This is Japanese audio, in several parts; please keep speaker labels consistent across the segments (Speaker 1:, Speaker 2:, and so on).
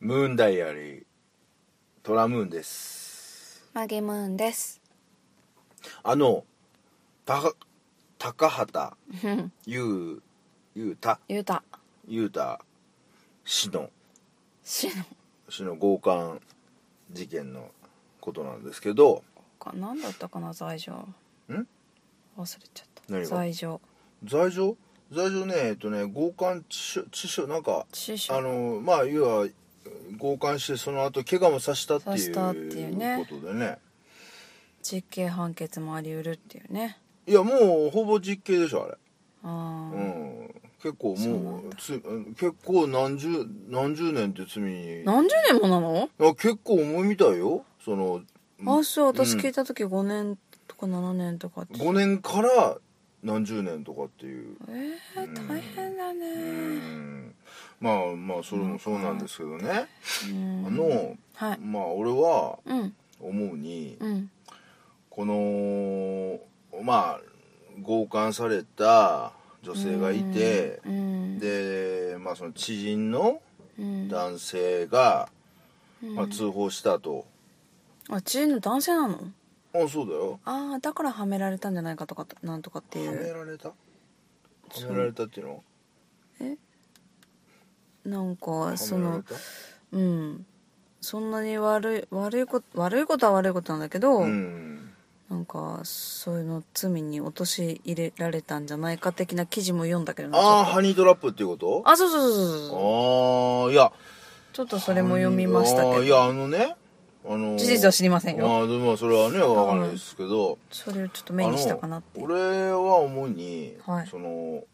Speaker 1: ムーンダイアリートラムーンです
Speaker 2: マギムーン です。
Speaker 1: あのた高畑
Speaker 2: うん
Speaker 1: 優優太
Speaker 2: ゆうた。
Speaker 1: 優太氏の
Speaker 2: しの。
Speaker 1: 氏の強姦事件のことなんですけど
Speaker 2: か、なんだったかな、罪状。
Speaker 1: ん
Speaker 2: 忘れちゃっ
Speaker 1: 何
Speaker 2: た。
Speaker 1: が
Speaker 2: 罪状。
Speaker 1: 罪状罪状ねえっとね強姦致傷致傷なんか
Speaker 2: 死傷
Speaker 1: あのまあ要は強姦してその後怪我もさせたって
Speaker 2: さ
Speaker 1: い
Speaker 2: せたっていうね
Speaker 1: うことでね
Speaker 2: 実刑判決もあり得るっていうね。
Speaker 1: いやもうほぼ実刑でしょあれ
Speaker 2: ああ、
Speaker 1: うん結構
Speaker 2: そうな
Speaker 1: も
Speaker 2: ん
Speaker 1: う
Speaker 2: だ
Speaker 1: つ結構何十何十年って罪にあ
Speaker 2: 何十年もなの、
Speaker 1: 結構重いみたいよその
Speaker 2: あ、そう、私
Speaker 1: うん
Speaker 2: 聞いた時5年とか7年とかって。
Speaker 1: 5年から何十年とかっていう
Speaker 2: ええ
Speaker 1: うん
Speaker 2: ー、大変だね。
Speaker 1: うんまあまあそれもそうなんですけどね
Speaker 2: うん
Speaker 1: あの
Speaker 2: はい。
Speaker 1: まあ俺は
Speaker 2: うん。
Speaker 1: 思うに
Speaker 2: うん。
Speaker 1: このまあ強姦された女性がいて
Speaker 2: うん。
Speaker 1: でまあその知人の
Speaker 2: うん。
Speaker 1: 男性が、
Speaker 2: うん
Speaker 1: まあ、通報したと、
Speaker 2: あ、知人の男性なの
Speaker 1: あそうだよ
Speaker 2: ああ、だからはめられたんじゃないかとか、なんとかってい
Speaker 1: は
Speaker 2: う。
Speaker 1: められたは
Speaker 2: そう
Speaker 1: められたっていうの
Speaker 2: なん
Speaker 1: は
Speaker 2: かそ
Speaker 1: められ
Speaker 2: の
Speaker 1: た
Speaker 2: うんそんなに悪い悪いこと悪いことは悪いことなんだけど、
Speaker 1: うん
Speaker 2: なんかそういうの罪に陥れられたんじゃないか的な記事も読んだけどな
Speaker 1: ああ
Speaker 2: ちょっ
Speaker 1: ハニートラップっていうこと
Speaker 2: とあそうそうそうそうそう
Speaker 1: ああいや
Speaker 2: ちょっとそれも読みました
Speaker 1: あ
Speaker 2: け
Speaker 1: ーい
Speaker 2: ど
Speaker 1: やあのねあの
Speaker 2: 事実は知りませ
Speaker 1: あ
Speaker 2: んよ
Speaker 1: ーでもそれはねわかんないですけど、
Speaker 2: それをちょっと目にしたかなって
Speaker 1: あ
Speaker 2: い
Speaker 1: の
Speaker 2: う
Speaker 1: 俺は主に、
Speaker 2: はい
Speaker 1: その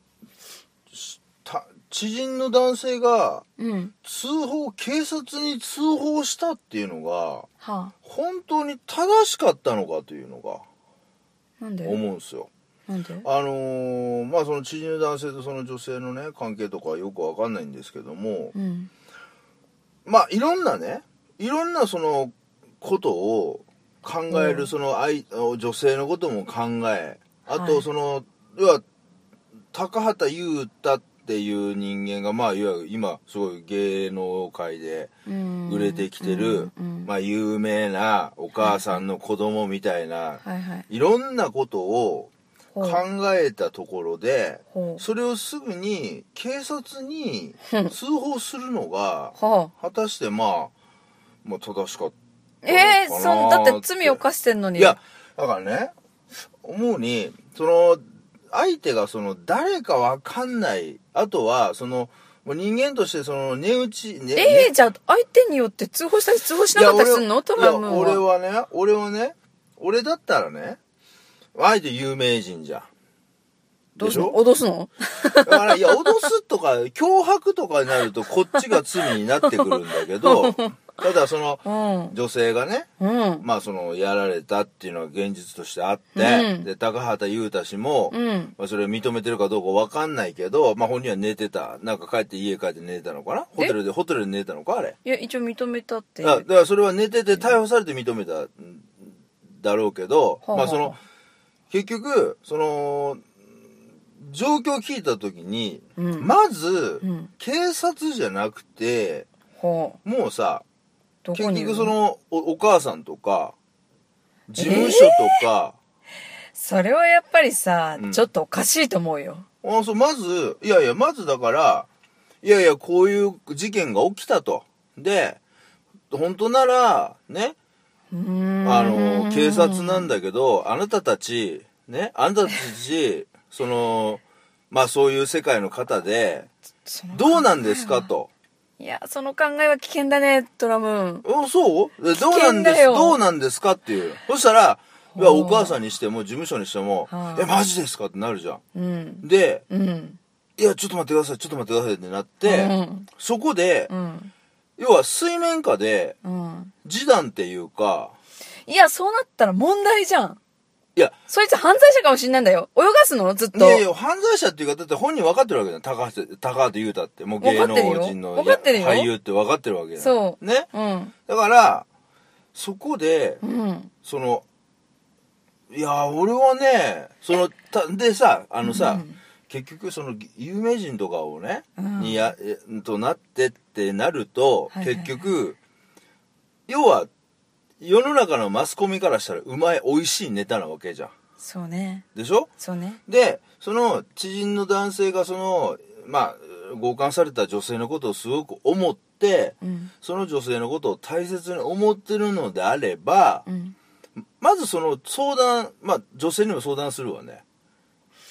Speaker 1: した知人の男性が
Speaker 2: うん
Speaker 1: 通報警察に通報したっていうのが
Speaker 2: は
Speaker 1: 本当に正しかったのかというのが
Speaker 2: あなんで
Speaker 1: 思うんですよ。
Speaker 2: なんで
Speaker 1: あのーまあその知人の男性とその女性のね関係とかはよくわかんないんですけども、
Speaker 2: うん
Speaker 1: まあいろんなねいろんなそのことを考え
Speaker 2: う
Speaker 1: る
Speaker 2: ん
Speaker 1: その愛女性のことも考えあ
Speaker 2: は
Speaker 1: と
Speaker 2: い
Speaker 1: その、要は高畑優太っていう人間がまあいわゆる今すごい芸能界で
Speaker 2: うん
Speaker 1: 売れてきてる、
Speaker 2: うんうん
Speaker 1: まあ、有名なお母さんの子供みたいな、
Speaker 2: はいはい
Speaker 1: いろんなことを
Speaker 2: ほ
Speaker 1: 考
Speaker 2: う
Speaker 1: えたところで
Speaker 2: ほう
Speaker 1: それをすぐに警察に通報するのが
Speaker 2: はあ
Speaker 1: 果たしてまあ、まあ、正しかった
Speaker 2: えー、そのだって罪を
Speaker 1: か
Speaker 2: 犯してんのに
Speaker 1: いやだからね思うにその相手がその誰かわかんないあとはそのもう人間としてその値打ち、ね
Speaker 2: ええじゃあ相手によって通報したり通報しなかったりすんのトラムーン
Speaker 1: いや俺
Speaker 2: は
Speaker 1: はね俺はね俺だったらね相手有名人じゃん
Speaker 2: どう
Speaker 1: ですし
Speaker 2: んの
Speaker 1: ょ
Speaker 2: 脅すの
Speaker 1: だからいや脅すとか脅迫とかになるとこっちが罪になってくるんだけ どただその
Speaker 2: う
Speaker 1: 女性がね
Speaker 2: んうん
Speaker 1: まあそのやられたっていうのは現実としてあって、
Speaker 2: うん
Speaker 1: で高畑優太氏も、
Speaker 2: うん
Speaker 1: まあ、それを認めてるかどうかわかんないけど、まあ、本人は寝てたなんか帰って家帰って寝てたのかなホテルでホテルで寝てたのかあれ
Speaker 2: いや一応認めたってい
Speaker 1: あだ
Speaker 2: う
Speaker 1: からそれは寝てて逮捕されて認めたんだろうけど、
Speaker 2: ほうほう
Speaker 1: まあその結局その状況を聞いた時に、
Speaker 2: うん
Speaker 1: まず、
Speaker 2: うん
Speaker 1: 警察じゃなくて
Speaker 2: ほう
Speaker 1: もうさ
Speaker 2: どこ
Speaker 1: 結
Speaker 2: にいる
Speaker 1: 局そのおお母さんとか事務所とか、
Speaker 2: それはやっぱりさ、
Speaker 1: うん
Speaker 2: ちょっとおかしいと思うよ
Speaker 1: あそうまずいやいやまずだからいやいやこういう事件が起きたとで本当ならね
Speaker 2: うーん
Speaker 1: あの警察なんだけどあなたたちねあなたたちそのまあそういう世界の方で
Speaker 2: その
Speaker 1: どうなんですかと。
Speaker 2: いやその考えは危険だねトラムーン
Speaker 1: おそうでどうなんで
Speaker 2: 危険だ
Speaker 1: す
Speaker 2: よ
Speaker 1: どうなんですかっていうそしたらいや
Speaker 2: ほう
Speaker 1: お母さんにしても事務所にしても
Speaker 2: は
Speaker 1: 「
Speaker 2: い
Speaker 1: えマジですか?」ってなるじゃん
Speaker 2: うん
Speaker 1: で
Speaker 2: うん
Speaker 1: 「いやちょっと待ってくださいちょっと待ってください」ってなって、
Speaker 2: うん
Speaker 1: そこで、
Speaker 2: うん
Speaker 1: 要は水面下で
Speaker 2: うん
Speaker 1: 示談っていうか
Speaker 2: いやそうなったら問題じゃん
Speaker 1: いや
Speaker 2: そいつ犯罪者かもしんないんだよ泳がすのずっ
Speaker 1: い
Speaker 2: と
Speaker 1: やいや犯罪者っていうかだって本人分かってるわけじゃん高橋高畑優太ってもう芸能人の
Speaker 2: 分かってるよ
Speaker 1: 俳優って分かってるわけじゃん
Speaker 2: そう
Speaker 1: ね
Speaker 2: うん
Speaker 1: だからそこで
Speaker 2: うん
Speaker 1: そのいや俺はねそのたでさあのさ、結局その有名人とかをね、
Speaker 2: うん
Speaker 1: にやえとなってってなると、
Speaker 2: はいはいはい
Speaker 1: 結局要は世の中のマスコミからしたらうまい美味しいネタなわけじゃん
Speaker 2: そうね
Speaker 1: でしょ
Speaker 2: そうね
Speaker 1: でその知人の男性がそのまあ強姦された女性のことをすごく思って、
Speaker 2: うん
Speaker 1: その女性のことを大切に思ってるのであれば、
Speaker 2: うん
Speaker 1: まずその相談、まあ女性にも相談するわね。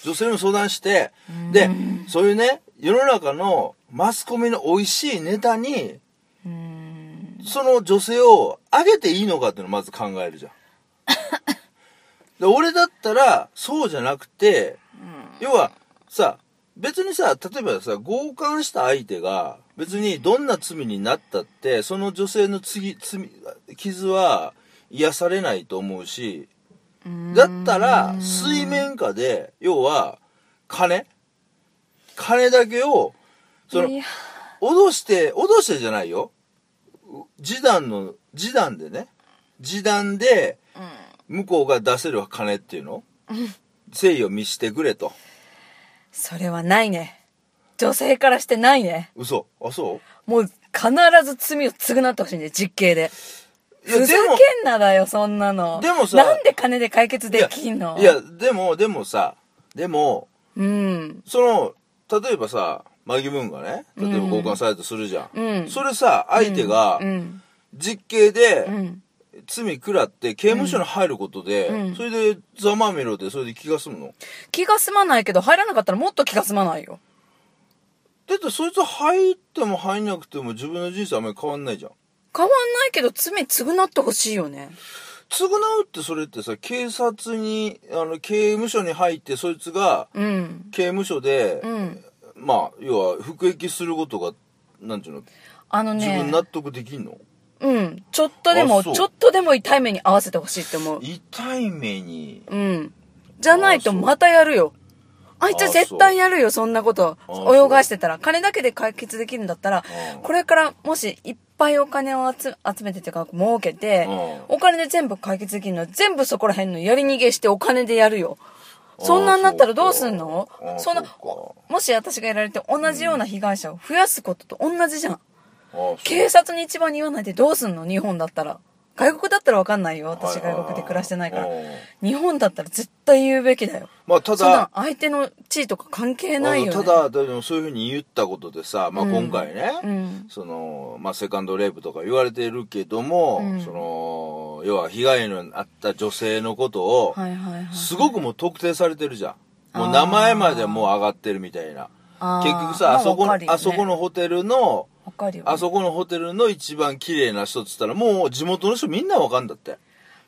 Speaker 1: 女性にも相談して、で、そういうね、世の中のマスコミの美味しいネタに、
Speaker 2: うん
Speaker 1: その女性を上げていいのかっていうのをまず考え るじゃん。で俺だったら、そうじゃなくて、要はさ、別にさ、例えばさ、強姦した相手が、別にどんな罪になったって、その女性の次、罪、傷は癒されないと思うし、
Speaker 2: うん
Speaker 1: だったら、水面下で、要は、金金だけを、その
Speaker 2: い、や
Speaker 1: 脅して、脅してじゃないよ。示談の、示談でね。示談で、向こうが出せる金っていうの誠意を見してくれと。
Speaker 2: それはないね女性からしてないね
Speaker 1: 嘘。あ、そう
Speaker 2: もう必ず罪を償ってほしいんだよ実刑で
Speaker 1: いや
Speaker 2: ふざけ
Speaker 1: でも
Speaker 2: んなだよそんなの
Speaker 1: でもさ
Speaker 2: なんで金で解決できんの
Speaker 1: いや、いやでも、でもさ、でも、
Speaker 2: うん
Speaker 1: その、例えばさ、マギムーンがね、例えば
Speaker 2: うん
Speaker 1: 交換されたとするじゃん。
Speaker 2: うん
Speaker 1: それさ、相手が
Speaker 2: う、ん
Speaker 1: 実刑で
Speaker 2: う、ん
Speaker 1: 罪食らって刑務所に入ることで、
Speaker 2: うん
Speaker 1: それでざまみろってそれで気が済むの
Speaker 2: 気が済まないけど入らなかったらもっと気が済まないよ
Speaker 1: だってそいつ入っても入んなくても自分の人生あんまり変わんないじゃん
Speaker 2: 変わんないけど罪償ってほしいよね
Speaker 1: 償うってそれってさ警察にあの刑務所に入ってそいつが
Speaker 2: うん
Speaker 1: 刑務所で、
Speaker 2: うん
Speaker 1: まあ要は服役することがなんていうの
Speaker 2: あの
Speaker 1: 自
Speaker 2: ね
Speaker 1: 分納得できんの、
Speaker 2: うんちょっとでも
Speaker 1: あそう
Speaker 2: ちょっとでも痛い目に合わせてほしいって思う
Speaker 1: 痛い目に
Speaker 2: うんじゃないと
Speaker 1: あそう
Speaker 2: またやるよあい
Speaker 1: あ
Speaker 2: つ
Speaker 1: そう
Speaker 2: 絶対やるよそんなこと
Speaker 1: あそう
Speaker 2: 泳がしてたら金だけで解決できるんだったら
Speaker 1: うん
Speaker 2: これからもしいっぱいお金を集集めてというか儲けて
Speaker 1: うん
Speaker 2: お金で全部解決できるのは全部そこら辺のやり逃げしてお金でやるよそんなんなったらどうすんの
Speaker 1: そうか
Speaker 2: そんな
Speaker 1: あそうか
Speaker 2: おもし私がやられて同じような被害者を増やすことと同じじゃん
Speaker 1: あそう
Speaker 2: 警察に一番に言わないでどうすんの日本だったら外国だったら分かんないよ私
Speaker 1: はいはい
Speaker 2: 外国で暮らしてないから
Speaker 1: うん
Speaker 2: 日本だったら絶対言うべきだよ
Speaker 1: まあた
Speaker 2: そんなん
Speaker 1: だ
Speaker 2: 相手の地位とか関係ないよ、
Speaker 1: あ
Speaker 2: ね、
Speaker 1: のただでもそういうふうに言ったことでさ、まあ、
Speaker 2: うん
Speaker 1: 今回ね、
Speaker 2: うん
Speaker 1: そのまあ、セカンドレイプとか言われてるけども、
Speaker 2: うん
Speaker 1: その要は被害のあった女性のことを、
Speaker 2: はいはいはい
Speaker 1: すごくもう特定されてるじゃんも
Speaker 2: あ
Speaker 1: う
Speaker 2: ー
Speaker 1: 名前までもう上がってるみたいな
Speaker 2: あー
Speaker 1: 結局さ
Speaker 2: ま
Speaker 1: あそこ
Speaker 2: わ
Speaker 1: の、
Speaker 2: かるよね
Speaker 1: あそこのホテルの
Speaker 2: わかるよね、
Speaker 1: あそこのホテルの一番綺麗な人っつったらもう地元の人みんなわかんだって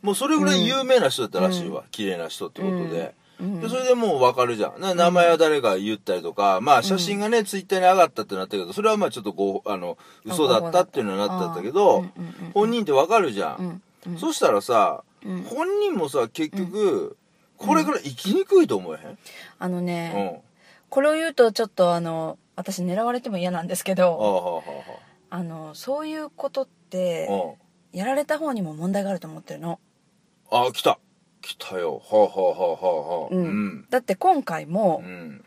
Speaker 1: もうそれぐらい有名な人だったらしいわ、綺麗な人ってことで,、
Speaker 2: うん
Speaker 1: でそれでもうわかるじゃんな名前は誰か言ったりとか、まあ写真がね、ツイッターに上がったってなったけどそれはまあちょっとごあの嘘だったっていうのはなったんだけど、
Speaker 2: うんうんうん
Speaker 1: 本人ってわかるじゃん、
Speaker 2: うんうん
Speaker 1: そしたらさ、
Speaker 2: うん
Speaker 1: 本人もさ結局、これから生きにくいと思え
Speaker 2: あの
Speaker 1: へん、
Speaker 2: ね、
Speaker 1: うん、あ
Speaker 2: これを言うとちょっとあの私狙われても嫌なんですけ
Speaker 1: あ
Speaker 2: ど
Speaker 1: はあは
Speaker 2: あのそういうことって
Speaker 1: あは
Speaker 2: やられた方にも問題があると思ってるの、
Speaker 1: あ、うん、あ来た来たよはあはあはあはあはあ
Speaker 2: うんだって今回も
Speaker 1: うん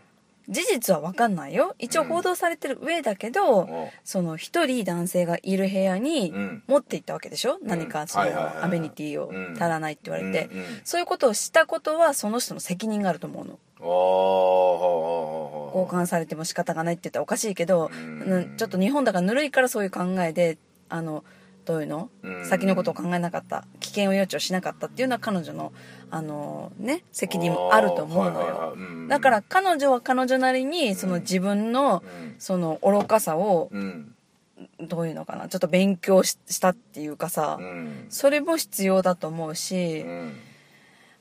Speaker 2: 事実は分かんないよ一応報道されてる上だけど、
Speaker 1: うん
Speaker 2: その一人男性がいる部屋に
Speaker 1: うん
Speaker 2: 持って行ったわけでしょ、何かそ
Speaker 1: はいはいはいはい
Speaker 2: のアメニティを足らないって言われて、
Speaker 1: うんうんうん
Speaker 2: そういうことをしたことはその人の責任があると思うの
Speaker 1: ああはあはあはあ
Speaker 2: 交換されても仕方がないって言ったらおかしいけど、
Speaker 1: うん
Speaker 2: うんちょっと日本だからぬるいからそういう考えであのどういうの、
Speaker 1: うん
Speaker 2: 先のことを考えなかった危険を予兆しなかったっていうのは彼女のあの、ね、責任もあると思うの
Speaker 1: あーはいはいは
Speaker 2: よ
Speaker 1: いうん
Speaker 2: だから彼女は彼女なりにその自分の
Speaker 1: うん
Speaker 2: その愚かさを
Speaker 1: うん
Speaker 2: どういうのかなちょっと勉強ししたっていうかさ
Speaker 1: うん
Speaker 2: それも必要だと思うし
Speaker 1: うん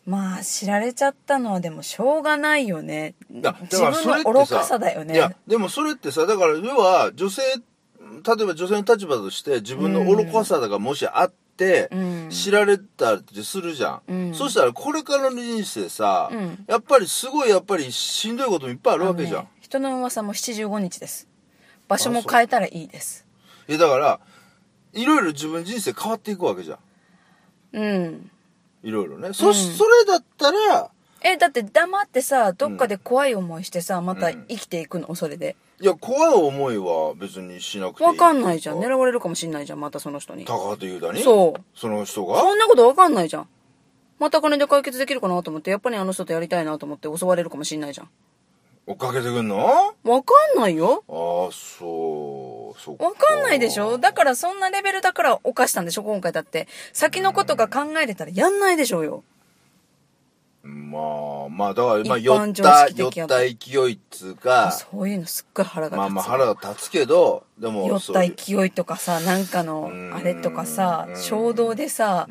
Speaker 2: まあ知られちゃったのはでもしょうがないよね
Speaker 1: いや
Speaker 2: 自
Speaker 1: だから
Speaker 2: 分
Speaker 1: それって
Speaker 2: の愚かさだよ
Speaker 1: いや
Speaker 2: ね
Speaker 1: でもそれってさだから要は女性例えば女性の立場として自分の愚かさがもしあって、
Speaker 2: うん
Speaker 1: 知られたりってするじゃん、
Speaker 2: うん
Speaker 1: そしたらこれからの人生さ、
Speaker 2: うん
Speaker 1: やっぱりすごいやっぱりしんどいこともいっぱいあるわけじゃ
Speaker 2: あ
Speaker 1: ん
Speaker 2: のね、人の噂も75日です場所も変えたらいいです
Speaker 1: えだからいろいろ自分人生変わっていくわけじゃん
Speaker 2: うん
Speaker 1: いろいろねそし、それだったら
Speaker 2: えだって黙ってさどっかで怖い思いしてさ、また生きていくのそれで
Speaker 1: いや怖い思いは別にしなくていい
Speaker 2: わかんないじゃん狙われるかもしんないじゃんまたその人に
Speaker 1: 高畑優太に
Speaker 2: そう
Speaker 1: その人が
Speaker 2: そんなことわかんないじゃんまた金で解決できるかなと思ってやっぱりあの人とやりたいなと思って襲われるかもしんないじゃん
Speaker 1: 追っかけてくんの
Speaker 2: わかんないよ
Speaker 1: ああそうそっ
Speaker 2: わかんないでしょだからそんなレベルだから犯したんでしょ今回だって先のことが考えてたらやんないでしょうよ
Speaker 1: まあまあだから、まあ、
Speaker 2: 一
Speaker 1: 寄
Speaker 2: 般
Speaker 1: っ
Speaker 2: 常
Speaker 1: た
Speaker 2: 識
Speaker 1: 寄っ
Speaker 2: 的や
Speaker 1: た
Speaker 2: っぱ
Speaker 1: 勢いっつうか
Speaker 2: そういうのすっごい腹が立
Speaker 1: ま
Speaker 2: つ
Speaker 1: あまあ腹は立つけどでも
Speaker 2: 酔っ
Speaker 1: そう
Speaker 2: た
Speaker 1: いう
Speaker 2: 勢いとかさなんかの
Speaker 1: ん
Speaker 2: あれとかさ衝動でさ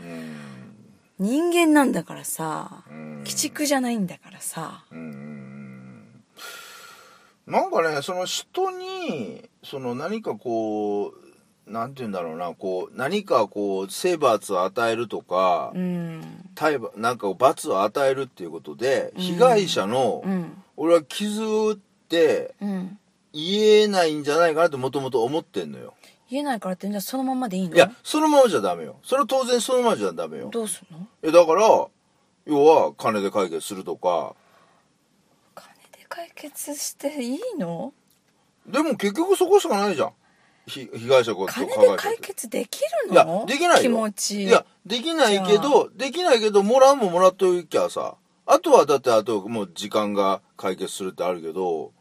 Speaker 2: 人間なんだからさ鬼畜じゃないんだからさ
Speaker 1: なんかねその人にその何かこうなんて言うんだろうなこう何かこう征罰を与えるとか、
Speaker 2: うん
Speaker 1: 体罰なんかを罰を与えるっていうことで被害者の、
Speaker 2: うん
Speaker 1: 俺は傷を打って
Speaker 2: うん
Speaker 1: 言えないんじゃないかなってもともと思ってんのよ
Speaker 2: 言えないからってじゃあそのままでいいの
Speaker 1: いやそのままじゃダメよそれは当然そのままじゃダメよ
Speaker 2: どうすんの
Speaker 1: いやだから要は金で解決するとか
Speaker 2: 金で解決していいの
Speaker 1: でも結局そこしかないじゃんひ被害者が
Speaker 2: 金で解決できる
Speaker 1: いや
Speaker 2: の
Speaker 1: できないよ
Speaker 2: 気持ち
Speaker 1: いやできないけどできないけどもらうももらっといきゃさあとはだってあともう時間が解決するってあるけど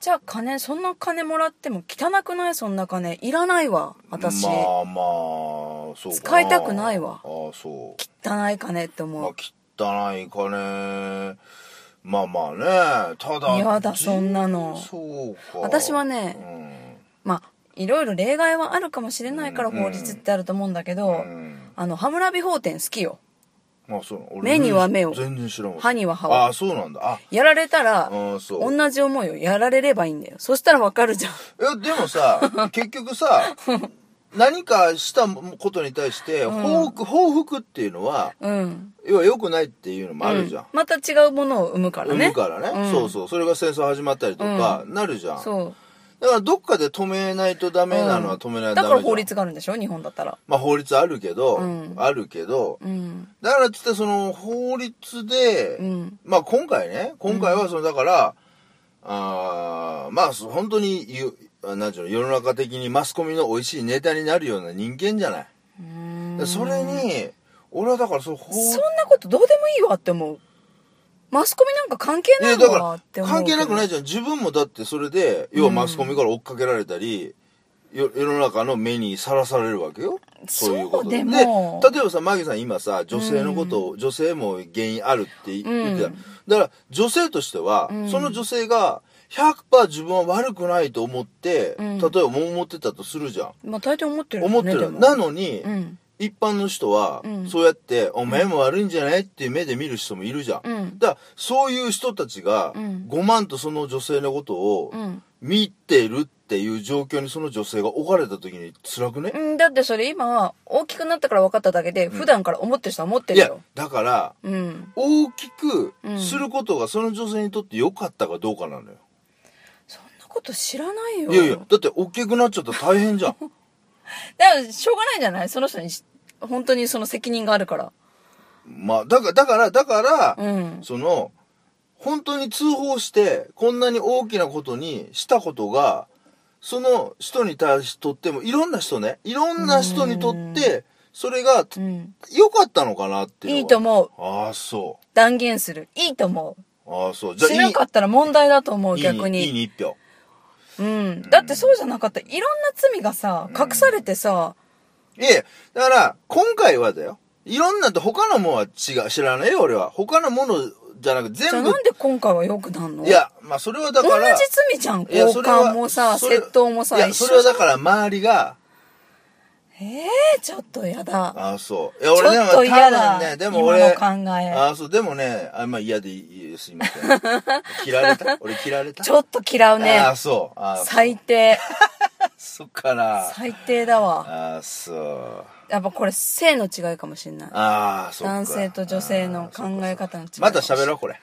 Speaker 2: じゃあ金そんな金もらっても汚くないそんな金いらないわ私、
Speaker 1: まあまあそうかな
Speaker 2: 使いたくないわ
Speaker 1: ああそう
Speaker 2: 汚い金って思
Speaker 1: まあ
Speaker 2: う、
Speaker 1: 汚い金まあまあねただ
Speaker 2: やだそんなの
Speaker 1: そうか
Speaker 2: 私はねまあいろいろ例外はあるかもしれないから
Speaker 1: うん
Speaker 2: 法律ってあると思うんだけど、
Speaker 1: うん、うん
Speaker 2: あのハムラビ法典好きよ
Speaker 1: まあそうなの俺
Speaker 2: 目には目を
Speaker 1: 全然知らんわ
Speaker 2: 歯には歯を
Speaker 1: ああそうなんだあ
Speaker 2: やられたら
Speaker 1: うんそう
Speaker 2: 同じ思いをやられればいいんだよそしたらわかるじゃん
Speaker 1: えでも さ結局さ何かしたことに対して報復,、報復っていうのは
Speaker 2: うん
Speaker 1: 要は良くないっていうのもあるじゃん
Speaker 2: うん、また違うものを生むから
Speaker 1: 産
Speaker 2: ね
Speaker 1: むからね、
Speaker 2: うん
Speaker 1: そうそうそれが戦争始まったりとか、なるじゃんだ
Speaker 2: そう
Speaker 1: からどっかで止めないとダメなのは止めないとダメじゃん
Speaker 2: だから法律があるんでしょ日本だったら
Speaker 1: まあ法律あるけど、
Speaker 2: うん
Speaker 1: あるけど、
Speaker 2: うん
Speaker 1: だからっつってその法律で、
Speaker 2: うん
Speaker 1: まあ今回ね、今回はそのだから、あーまあそ本当にゆ、なんちゅうの、世の中的にマスコミの美味しいネタになるような人間じゃない。でそれに、俺はだからその法
Speaker 2: そんなことどうでもいいわって思うマスコミなんか関係
Speaker 1: い
Speaker 2: な
Speaker 1: や
Speaker 2: い
Speaker 1: だ
Speaker 2: わ
Speaker 1: か
Speaker 2: って
Speaker 1: ら
Speaker 2: 思う
Speaker 1: 関係なくないいじゃん自分もだってそれで要はマスコミから追っかけられたり、よ世の中の目にさらされるわけよそういうこと
Speaker 2: そうでも
Speaker 1: 例えばさマギさん今さ女性のことを、女性も原因あるって言ってた、
Speaker 2: うん
Speaker 1: だから女性としては、
Speaker 2: ん
Speaker 1: その女性が100%自分は悪くないと思って、
Speaker 2: うん
Speaker 1: 例えば思ってたとするじゃん
Speaker 2: まあ大抵思ってるよね
Speaker 1: 思って
Speaker 2: で
Speaker 1: る
Speaker 2: も
Speaker 1: なのに、
Speaker 2: うん
Speaker 1: 一般の人は、
Speaker 2: うん
Speaker 1: そうやって、お前も悪いんじゃないっていう目で見る人もいるじゃん。
Speaker 2: うん
Speaker 1: だから、そういう人たちが、
Speaker 2: うん
Speaker 1: 5万とその女性のことを
Speaker 2: うん、
Speaker 1: 見てるっていう状況にその女性が置かれた時に辛くね、
Speaker 2: うん、だってそれ今は大きくなったから分かっただけで普段から思ってる人は思って
Speaker 1: い
Speaker 2: る
Speaker 1: や
Speaker 2: よ、、
Speaker 1: だから、
Speaker 2: うん、
Speaker 1: 大きく
Speaker 2: うん
Speaker 1: することがその女性にとって良かったかどうかなのよ。
Speaker 2: そんなこと知らないよ
Speaker 1: いやいや、だって大きくなっちゃったら大変 じゃん。
Speaker 2: だからしょうがないじゃないその人にし本当にその責任があるから
Speaker 1: まあ、だから、だから、だから、
Speaker 2: うん
Speaker 1: その、本当に通報して、こんなに大きなことにしたことが、その人に対しとっても、いろんな人ね、いろんな人にとって、それが
Speaker 2: うん
Speaker 1: 良かったのかなっていうのは。
Speaker 2: いいと思う
Speaker 1: ああ、そ
Speaker 2: 断言するいいと思
Speaker 1: う。ああ、そう。
Speaker 2: うしなかったら問題だと思う
Speaker 1: いい
Speaker 2: 逆に
Speaker 1: いいに一票。
Speaker 2: うん、だってそうじゃなかったらいろんな罪がさ隠されてさ、
Speaker 1: いえ、だから、今回はだよ。いろんなと他のものは違う、知らないよ、俺は。他のものじゃなく、
Speaker 2: じゃあ
Speaker 1: 全部
Speaker 2: な。んで今回はよくなんの
Speaker 1: いや、まあ、それはだ
Speaker 2: 同
Speaker 1: か
Speaker 2: じ
Speaker 1: ら。
Speaker 2: 罪じゃん
Speaker 1: いや
Speaker 2: 交換もさ
Speaker 1: それは
Speaker 2: 窃盗もさ
Speaker 1: いや
Speaker 2: 一
Speaker 1: それは
Speaker 2: 緒じゃ
Speaker 1: だ
Speaker 2: ん
Speaker 1: から周りが
Speaker 2: えー、ちょっとやだ
Speaker 1: ああそうい
Speaker 2: ち
Speaker 1: や
Speaker 2: ょ
Speaker 1: 俺でも
Speaker 2: っと嫌
Speaker 1: 多
Speaker 2: だ、
Speaker 1: 分ねでも俺
Speaker 2: 今の考え
Speaker 1: ああそうでもねあまあ嫌でいいすいません嫌われ た俺嫌われた
Speaker 2: ちょっと嫌う
Speaker 1: あ
Speaker 2: ね
Speaker 1: あそうああ
Speaker 2: 最低
Speaker 1: そっから
Speaker 2: 最低だわ
Speaker 1: ああそう
Speaker 2: やっぱこれ性の違いかもしれない
Speaker 1: ああそっか
Speaker 2: 男性と女性の考え方の違い
Speaker 1: また喋ろうこれ